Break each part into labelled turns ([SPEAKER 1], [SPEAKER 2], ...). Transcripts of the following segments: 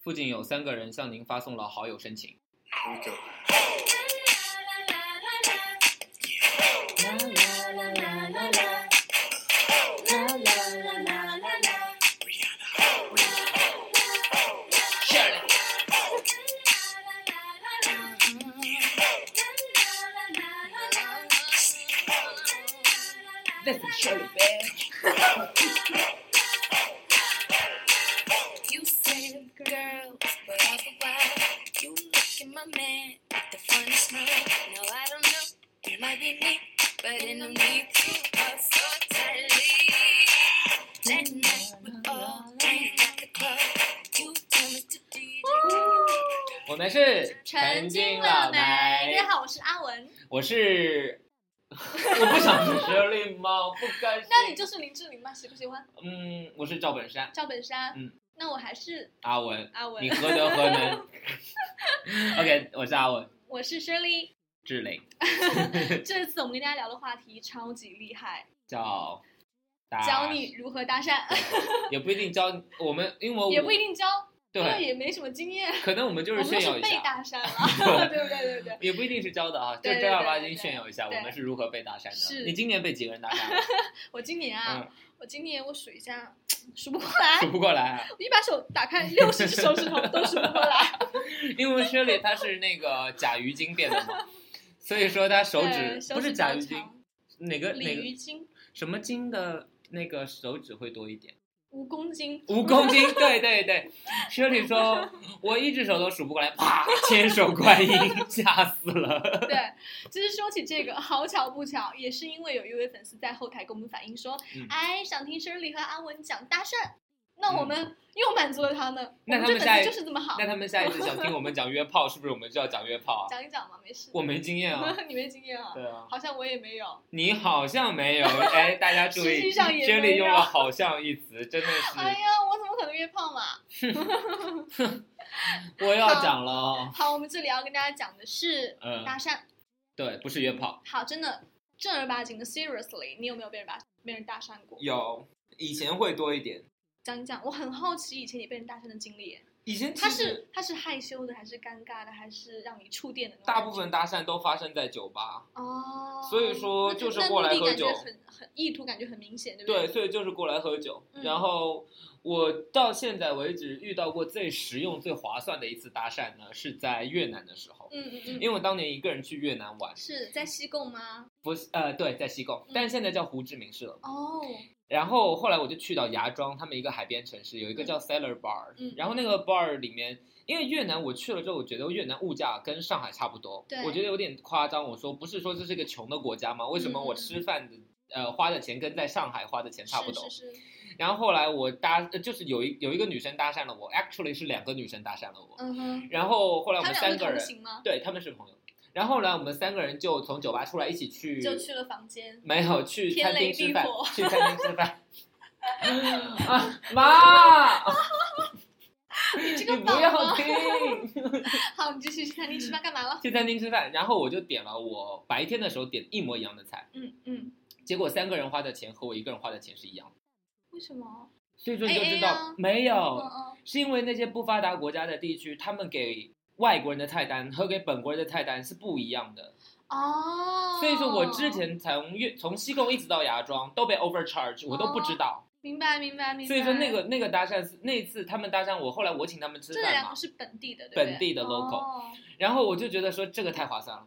[SPEAKER 1] 附近有三个人向您发送了好友申请。
[SPEAKER 2] Here we go.
[SPEAKER 1] 我们是
[SPEAKER 3] 沉
[SPEAKER 1] 浸
[SPEAKER 3] 浸
[SPEAKER 1] 了
[SPEAKER 3] 了
[SPEAKER 1] 没
[SPEAKER 3] 没？大家好，我是阿文。
[SPEAKER 1] 我是， 我不想是 Shirley 吗？我不甘心。
[SPEAKER 3] 那你就是林志玲嘛，喜不喜欢？
[SPEAKER 1] 嗯，我是赵本山，
[SPEAKER 3] 赵本山。
[SPEAKER 1] 嗯。
[SPEAKER 3] 那我还是
[SPEAKER 1] 阿文，
[SPEAKER 3] 阿文
[SPEAKER 1] 你。何德何能？OK，我是阿文，
[SPEAKER 3] 我是 Shirley。
[SPEAKER 1] 志玲，
[SPEAKER 3] 这次我们跟大家聊的话题超级厉害，
[SPEAKER 1] 叫大
[SPEAKER 3] 教你如何搭讪，
[SPEAKER 1] 也不一定教我们，因为我
[SPEAKER 3] 也不一定教，因为
[SPEAKER 1] 对，
[SPEAKER 3] 也没什么经验。
[SPEAKER 1] 可能我们就
[SPEAKER 3] 我
[SPEAKER 1] 是
[SPEAKER 3] 们
[SPEAKER 1] 炫
[SPEAKER 3] 都是
[SPEAKER 1] 耀一
[SPEAKER 3] 被
[SPEAKER 1] 下，
[SPEAKER 3] 搭讪了，对不对？对对。
[SPEAKER 1] 也不一定是教的啊，就
[SPEAKER 3] 对对
[SPEAKER 1] 正儿八
[SPEAKER 3] 对对
[SPEAKER 1] 经
[SPEAKER 3] 对
[SPEAKER 1] 炫耀一下我
[SPEAKER 3] 对
[SPEAKER 1] 们是如何被搭讪的。
[SPEAKER 3] 是
[SPEAKER 1] 你今年被几个人搭讪 了？
[SPEAKER 3] 我今年啊，
[SPEAKER 1] 嗯，
[SPEAKER 3] 我今年我数一下，数不过来，
[SPEAKER 1] 数不过来啊，
[SPEAKER 3] 我一把手打开，六十只手指头都数不过来。
[SPEAKER 1] 因为 Shirley 她是那个甲鱼精变的嘛，所以说她手指
[SPEAKER 3] 对手
[SPEAKER 1] 不是
[SPEAKER 3] 比
[SPEAKER 1] 甲
[SPEAKER 3] 较
[SPEAKER 1] 鱼精，
[SPEAKER 3] 长
[SPEAKER 1] 哪个哪
[SPEAKER 3] 鲤
[SPEAKER 1] 个
[SPEAKER 3] 鱼精、
[SPEAKER 1] 什么精的那个手指会多一 点？
[SPEAKER 3] 蜈蚣精，
[SPEAKER 1] 蜈蚣精，对对对。Shirley 说，我一只手都数不过来，啪，千手观音，吓死 了。
[SPEAKER 3] 对，其实说起这个，好巧不巧，也是因为有一位粉丝在后台给我们反映说，
[SPEAKER 1] 嗯
[SPEAKER 3] 哎，想听 Shirley 和阿文讲搭讪，那我们又满足了他们。
[SPEAKER 1] 那
[SPEAKER 3] 我
[SPEAKER 1] 他
[SPEAKER 3] 这
[SPEAKER 1] 们
[SPEAKER 3] 粉
[SPEAKER 1] 下一
[SPEAKER 3] 丝就是这么好
[SPEAKER 1] 那，他们下一次想听我们讲约炮，是不是我们就要讲约 炮啊？
[SPEAKER 3] 讲一讲嘛，没事。
[SPEAKER 1] 我没经验啊。
[SPEAKER 3] 你没经验啊？
[SPEAKER 1] 对啊，
[SPEAKER 3] 好像我也没有。
[SPEAKER 1] 你好像没有，哎，大家注
[SPEAKER 3] 实
[SPEAKER 1] 意
[SPEAKER 3] 际上也
[SPEAKER 1] ，Shirley
[SPEAKER 3] 没有
[SPEAKER 1] 用了“好像”一词，真的
[SPEAKER 3] 哎
[SPEAKER 1] 是，
[SPEAKER 3] 呀，我怎么可能约炮嘛？
[SPEAKER 1] 我要讲了 哦。
[SPEAKER 3] 好，我们这里要跟大家讲的是
[SPEAKER 1] 嗯，
[SPEAKER 3] 搭讪。
[SPEAKER 1] 对，不是约炮，
[SPEAKER 3] 好，真的正儿八经的，seriously，你有没有被人搭被人搭讪过？
[SPEAKER 1] 有以前会多一点，
[SPEAKER 3] 讲一讲，我很好奇以前你被人搭讪的经历耶。
[SPEAKER 1] 以前
[SPEAKER 3] 他
[SPEAKER 1] 其实
[SPEAKER 3] 是他是害羞的，还是尴尬的，还是让你触电的那种感
[SPEAKER 1] 大
[SPEAKER 3] 觉？
[SPEAKER 1] 部分搭讪都发生在酒吧，
[SPEAKER 3] 哦，
[SPEAKER 1] 所以说
[SPEAKER 3] 那
[SPEAKER 1] 就是
[SPEAKER 3] 那
[SPEAKER 1] 过
[SPEAKER 3] 目
[SPEAKER 1] 来
[SPEAKER 3] 的
[SPEAKER 1] 喝
[SPEAKER 3] 感觉
[SPEAKER 1] 酒
[SPEAKER 3] 很很意图感觉很明显，对不
[SPEAKER 1] 对，
[SPEAKER 3] 对，
[SPEAKER 1] 所以就是过来喝酒。
[SPEAKER 3] 嗯
[SPEAKER 1] 然后我到现在为止遇到过最实用、最划算的一次搭讪呢，是在越南的时候，
[SPEAKER 3] 嗯嗯嗯，
[SPEAKER 1] 因为我当年一个人去越南玩，
[SPEAKER 3] 是在西贡吗？
[SPEAKER 1] 不是呃对，在西贡，
[SPEAKER 3] 嗯
[SPEAKER 1] 但是现在叫胡志明市了。
[SPEAKER 3] 哦，
[SPEAKER 1] 然后后来我就去到芽庄，他们一个海边城市，有一个叫 Cellar Bar，、
[SPEAKER 3] 嗯
[SPEAKER 1] 然后那个 bar 里面，因为越南我去了之后，我觉得越南物价跟上海差不多，
[SPEAKER 3] 对
[SPEAKER 1] 我觉得有点夸张。我说不是说这是个穷的国家吗？为什么
[SPEAKER 3] 嗯
[SPEAKER 1] 我吃饭的、呃花的钱跟在上海花的钱差不多？
[SPEAKER 3] 是是是，
[SPEAKER 1] 然后后来我搭呃就是有一有一个女生搭讪了我，actually 是两个女生搭讪了我，
[SPEAKER 3] 嗯哼，
[SPEAKER 1] 然后后来我
[SPEAKER 3] 他
[SPEAKER 1] 们
[SPEAKER 3] 们
[SPEAKER 1] 三
[SPEAKER 3] 两个
[SPEAKER 1] 个
[SPEAKER 3] 同
[SPEAKER 1] 人，
[SPEAKER 3] 行吗？
[SPEAKER 1] 对他们是朋友，然后呢我们三个人就从酒吧出来一起去
[SPEAKER 3] 就去了房间，
[SPEAKER 1] 没有去
[SPEAKER 3] 天
[SPEAKER 1] 餐厅
[SPEAKER 3] 雷
[SPEAKER 1] 吃
[SPEAKER 3] 地
[SPEAKER 1] 饭
[SPEAKER 3] 火，
[SPEAKER 1] 去餐厅吃饭。啊妈！
[SPEAKER 3] 你这
[SPEAKER 1] 你
[SPEAKER 3] 个
[SPEAKER 1] 不
[SPEAKER 3] 宝
[SPEAKER 1] 要
[SPEAKER 3] 宝，
[SPEAKER 1] 听，
[SPEAKER 3] 好，你就去餐厅吃饭干嘛了？
[SPEAKER 1] 去餐厅吃饭，然后我就点了我白天的时候点一模一样的菜，
[SPEAKER 3] 嗯嗯，
[SPEAKER 1] 结果三个人花的钱和我一个人花的钱是一样的，
[SPEAKER 3] 为什么？
[SPEAKER 1] 所以说你就知道
[SPEAKER 3] AA 啊
[SPEAKER 1] 没
[SPEAKER 3] 嗯
[SPEAKER 1] 有，
[SPEAKER 3] 嗯，
[SPEAKER 1] 是因为那些不发达国家的地区，他们给外国人的菜单和给本国人的菜单是不一样的，
[SPEAKER 3] 哦，
[SPEAKER 1] 所以说我之前从越从西贡一直到芽庄都被 overcharge，我都不知道，
[SPEAKER 3] 明白明白明白，
[SPEAKER 1] 所以说那个那个搭讪是那次他们搭讪我，后来我请他们吃
[SPEAKER 3] 这
[SPEAKER 1] 饭
[SPEAKER 3] 两
[SPEAKER 1] 嘛
[SPEAKER 3] 个，是本地的，对不对
[SPEAKER 1] 本地的 local
[SPEAKER 3] 哦
[SPEAKER 1] 然后我就觉得说这个太划算了，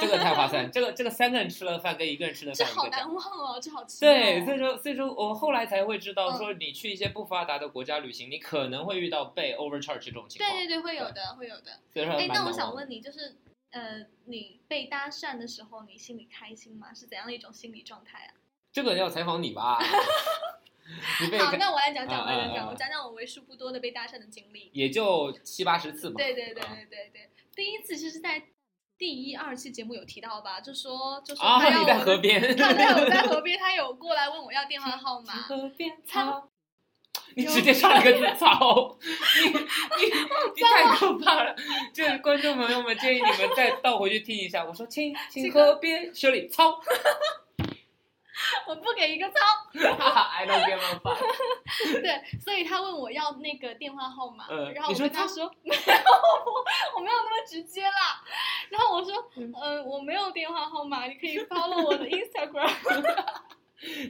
[SPEAKER 1] 这个太划算，这个这个三个人吃了饭跟一个人吃的
[SPEAKER 3] 这
[SPEAKER 1] 饭一
[SPEAKER 3] 好
[SPEAKER 1] 个价。
[SPEAKER 3] 难 忘哦，这好奇妙哦
[SPEAKER 1] 对，所以说所以说我后来才会知
[SPEAKER 3] 嗯
[SPEAKER 1] 道说你去一些不发达的国家旅行，你可能会遇到被 overcharge 这种情
[SPEAKER 3] 对
[SPEAKER 1] 况，
[SPEAKER 3] 对对，会有的，会有的。
[SPEAKER 1] 所以说还
[SPEAKER 3] 哎，
[SPEAKER 1] 蛮
[SPEAKER 3] 那我
[SPEAKER 1] 难
[SPEAKER 3] 想
[SPEAKER 1] 忘的。
[SPEAKER 3] 问你，就是呃，你被搭讪的时候，你心里开心吗？是怎样的一种心理状态啊？
[SPEAKER 1] 这个要采访你 吧，你被
[SPEAKER 3] 好，那我来讲
[SPEAKER 1] 啊
[SPEAKER 3] 讲，我来讲
[SPEAKER 1] 啊啊
[SPEAKER 3] 讲，
[SPEAKER 1] 啊
[SPEAKER 3] 我讲讲我为数不多的被搭讪的经历。
[SPEAKER 1] 也就七八十次嘛。
[SPEAKER 3] 对对对
[SPEAKER 1] 啊
[SPEAKER 3] 对对对，第一次其实，在第一二期节目有提到吧，就说就说他
[SPEAKER 1] 啊，
[SPEAKER 3] 要
[SPEAKER 1] 你
[SPEAKER 3] 我
[SPEAKER 1] 在河
[SPEAKER 3] 的，
[SPEAKER 1] 边，
[SPEAKER 3] 他在我在河边，他有过来问我要电话号码，
[SPEAKER 1] 河边
[SPEAKER 3] 草，
[SPEAKER 1] 你直接上了个字 草，你你你太可怕了！这观众朋友们建议 你们再倒回去听一下。我说亲亲河边，修理草，
[SPEAKER 3] 我不给一个操。
[SPEAKER 1] I don't give a fuck。
[SPEAKER 3] 对，所以他问我要那个电话号码，
[SPEAKER 1] 嗯
[SPEAKER 3] 然后
[SPEAKER 1] 你
[SPEAKER 3] 我
[SPEAKER 1] 说
[SPEAKER 3] 跟他
[SPEAKER 1] 他
[SPEAKER 3] 说 没有， 我我没有那么直接啦。然后我说，
[SPEAKER 1] 嗯
[SPEAKER 3] 呃，我没有电话号码，你可以 follow 我的 Instagram。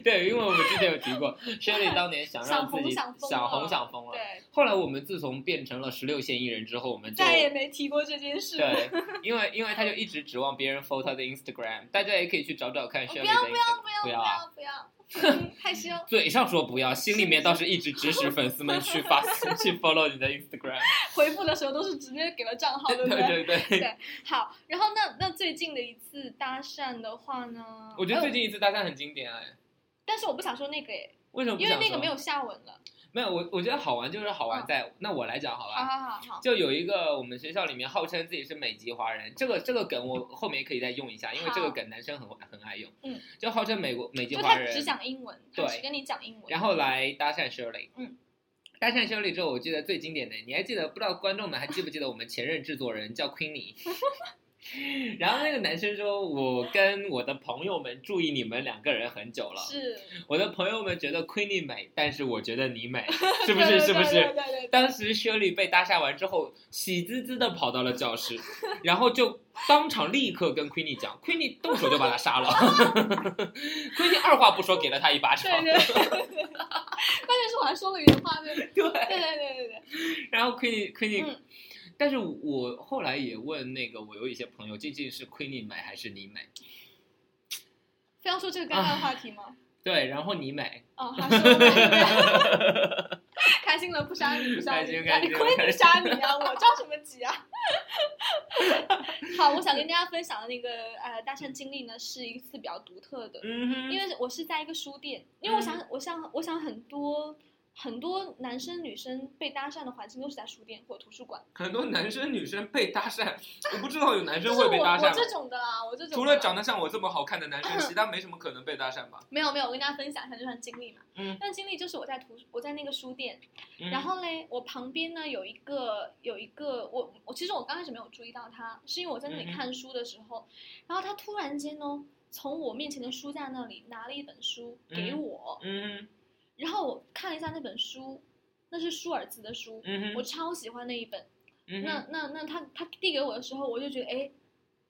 [SPEAKER 1] 对，因为我们之前有提过，Shirley 当年想让
[SPEAKER 3] 想
[SPEAKER 1] 自
[SPEAKER 3] 红
[SPEAKER 1] 己
[SPEAKER 3] 想疯
[SPEAKER 1] 想红
[SPEAKER 3] 了
[SPEAKER 1] 想疯了。
[SPEAKER 3] 对，
[SPEAKER 1] 后来我们自从变成了十六线艺人之后，我们就
[SPEAKER 3] 再也没提过这件事。
[SPEAKER 1] 对，因为因为他就一直指望别人 follow 他的 Instagram，大家也可以去找找看
[SPEAKER 3] 我
[SPEAKER 1] Shirley
[SPEAKER 3] 哦不
[SPEAKER 1] 的
[SPEAKER 3] 要
[SPEAKER 1] Instagram。
[SPEAKER 3] 不要不要
[SPEAKER 1] 不
[SPEAKER 3] 不
[SPEAKER 1] 要啊
[SPEAKER 3] 要不要，嗯害羞。
[SPEAKER 1] 嘴上说不要，心里面倒是一直指使粉丝们去发 去 follow 你的 Instagram。
[SPEAKER 3] 回复的时候都是直接给了账号， 对
[SPEAKER 1] 对
[SPEAKER 3] 不对？
[SPEAKER 1] 对对，
[SPEAKER 3] 好，然后那那最近的一次搭讪的话呢，
[SPEAKER 1] 我觉得最
[SPEAKER 3] 呃，
[SPEAKER 1] 近一次搭讪很经典哎，
[SPEAKER 3] 但是我不想说那个耶，
[SPEAKER 1] 为什么不
[SPEAKER 3] 因为
[SPEAKER 1] 想
[SPEAKER 3] 那个
[SPEAKER 1] 说
[SPEAKER 3] 没有下文了。
[SPEAKER 1] 没有我我觉得好玩就是好玩
[SPEAKER 3] 嗯
[SPEAKER 1] 在那我来讲好
[SPEAKER 3] 好
[SPEAKER 1] 吧。
[SPEAKER 3] 啊好好 好，
[SPEAKER 1] 就有一个我们学校里面号称自己是美籍华人，这个这个梗我后面可以再用一下，因为这个
[SPEAKER 3] 好
[SPEAKER 1] 梗男生很很爱用。
[SPEAKER 3] 嗯，
[SPEAKER 1] 就号称美国美籍
[SPEAKER 3] 就
[SPEAKER 1] 华
[SPEAKER 3] 他
[SPEAKER 1] 人，
[SPEAKER 3] 只讲英文，他
[SPEAKER 1] 对
[SPEAKER 3] 只跟你讲英文。
[SPEAKER 1] 然后来搭讪 Shirley。
[SPEAKER 3] 嗯，
[SPEAKER 1] 搭讪 Shirley 之后，我记得最经典的，你还记得？不知道观众们还记不记得我们前任制作人叫 Queenie？然后那个男生说：“我跟我的朋友们注意你们两个人很久了，
[SPEAKER 3] 是，
[SPEAKER 1] 我的朋友们觉得 Queenie 美，但是我觉得你 美，是不是？
[SPEAKER 3] 对对
[SPEAKER 1] 是不
[SPEAKER 3] 对对
[SPEAKER 1] 是？”
[SPEAKER 3] 对对对
[SPEAKER 1] 当时 Shirley 被搭讪完之后，喜滋滋的跑到了教 室，然后就当场立刻跟 Queenie 讲，Queenie 动手就把他杀了 ，Queenie 二话不说给了他一巴掌。
[SPEAKER 3] 对对对对，关键是我还说了原话，对对
[SPEAKER 1] 对
[SPEAKER 3] 对对对对，
[SPEAKER 1] 然后 Queenie Queenie，、
[SPEAKER 3] 嗯
[SPEAKER 1] 但是我后来也问那个我有一些朋友，究竟是 Queenie 美还是你美？
[SPEAKER 3] 非要说这个尴尬的话题吗？
[SPEAKER 1] 对，然后你美，
[SPEAKER 3] 哦，他说了，开心了不杀你不杀
[SPEAKER 1] 开
[SPEAKER 3] 你，
[SPEAKER 1] 心
[SPEAKER 3] 不杀
[SPEAKER 1] 开
[SPEAKER 3] 你
[SPEAKER 1] 心
[SPEAKER 3] 亏
[SPEAKER 1] 开
[SPEAKER 3] 你
[SPEAKER 1] 心
[SPEAKER 3] 杀你啊！我着什么急啊？好，我想跟大家分享的那个呃搭讪经历呢，是一次比较独特的，
[SPEAKER 1] 嗯哼
[SPEAKER 3] 因为我是在一个书店，因为我想我想我想很多。很多男生女生被搭讪的环境都是在书店或图书馆，
[SPEAKER 1] 很多男生女生被搭讪，我不知道有男
[SPEAKER 3] 就
[SPEAKER 1] 生
[SPEAKER 3] 是我
[SPEAKER 1] 会被搭
[SPEAKER 3] 我
[SPEAKER 1] 讪
[SPEAKER 3] 这
[SPEAKER 1] 吗。
[SPEAKER 3] 种的啦，我这种的
[SPEAKER 1] 除了
[SPEAKER 3] 啦
[SPEAKER 1] 长得像我这么好看的男生，其他没什么可能被搭讪吧？
[SPEAKER 3] 没有没有，我跟大家分享一下这段经历嘛。
[SPEAKER 1] 嗯，
[SPEAKER 3] 那经历就是我在图我在那个书店，
[SPEAKER 1] 嗯
[SPEAKER 3] 然后嘞，我旁边呢有一个有一个我我其实我刚开始没有注意到他，是因为我在那里
[SPEAKER 1] 嗯嗯
[SPEAKER 3] 看书的时候，然后他突然间呢从我面前的书架那里拿了一本书给
[SPEAKER 1] 嗯
[SPEAKER 3] 我，
[SPEAKER 1] 嗯
[SPEAKER 3] 然后我看了一下那本书，那是舒尔茨的书，
[SPEAKER 1] 嗯哼
[SPEAKER 3] 我超喜欢那一本。
[SPEAKER 1] 嗯哼
[SPEAKER 3] 那那那他他递给我的时候，我就觉得哎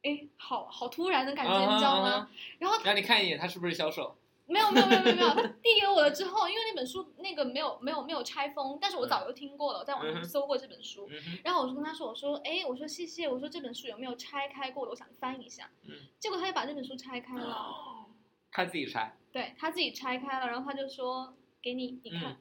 [SPEAKER 3] 哎好好突然的感觉，
[SPEAKER 1] 啊哈
[SPEAKER 3] 你知道
[SPEAKER 1] 啊
[SPEAKER 3] 吗
[SPEAKER 1] 哈？
[SPEAKER 3] 然后
[SPEAKER 1] 让你看一眼他是不是销售？
[SPEAKER 3] 没有没有没有没有没有，他递给我了之后，因为那本书那个没有没有没有拆封，但是我早就听过了，我在网
[SPEAKER 1] 嗯
[SPEAKER 3] 上
[SPEAKER 1] 哼
[SPEAKER 3] 搜过这本书。
[SPEAKER 1] 嗯哼，
[SPEAKER 3] 然后我就跟他说，我说，哎，我说谢谢，我说这本书有没有拆开过的，我想翻一下。
[SPEAKER 1] 嗯哦
[SPEAKER 3] 结果他就把这本书拆开了，
[SPEAKER 1] 他自己拆。
[SPEAKER 3] 对他自己拆开了，然后他就说给你，你看，
[SPEAKER 1] 嗯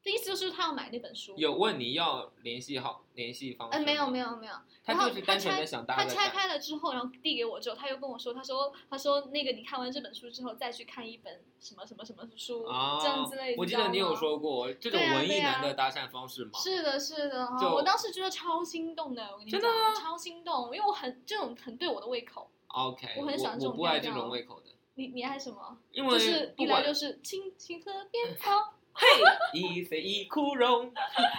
[SPEAKER 3] 这意思就是他要买那本书。
[SPEAKER 1] 有问你要联系号、联系方式？
[SPEAKER 3] 嗯，没有，没有没有，
[SPEAKER 1] 他
[SPEAKER 3] 然后
[SPEAKER 1] 就是单纯的想搭
[SPEAKER 3] 他
[SPEAKER 1] 个
[SPEAKER 3] 拆
[SPEAKER 1] 讪。
[SPEAKER 3] 开了之后，然后递给我之后，他又跟我说，他说他说那个你看完这本书之后再去看一本什么什么什么书，
[SPEAKER 1] 啊，
[SPEAKER 3] 这样之类的。
[SPEAKER 1] 我记得你
[SPEAKER 3] 知道
[SPEAKER 1] 有
[SPEAKER 3] 吗
[SPEAKER 1] 说过这种
[SPEAKER 3] 对啊
[SPEAKER 1] 文艺
[SPEAKER 3] 对啊
[SPEAKER 1] 男的搭讪方式吗？
[SPEAKER 3] 是的，是的，
[SPEAKER 1] 就
[SPEAKER 3] 我当时觉得超心动的，我跟你
[SPEAKER 1] 真
[SPEAKER 3] 讲，
[SPEAKER 1] 的吗
[SPEAKER 3] 超心动，因为我很这种很对我的胃口。
[SPEAKER 1] OK，
[SPEAKER 3] 我很喜欢这
[SPEAKER 1] 我
[SPEAKER 3] 种
[SPEAKER 1] 不爱
[SPEAKER 3] 调
[SPEAKER 1] 这种
[SPEAKER 3] 调
[SPEAKER 1] 胃口的，
[SPEAKER 3] 你你爱什么？
[SPEAKER 1] 因
[SPEAKER 3] 就
[SPEAKER 1] 为
[SPEAKER 3] 是
[SPEAKER 1] 不
[SPEAKER 3] 一来
[SPEAKER 1] 管
[SPEAKER 3] 就是青青河边草，
[SPEAKER 1] 一岁一 枯荣，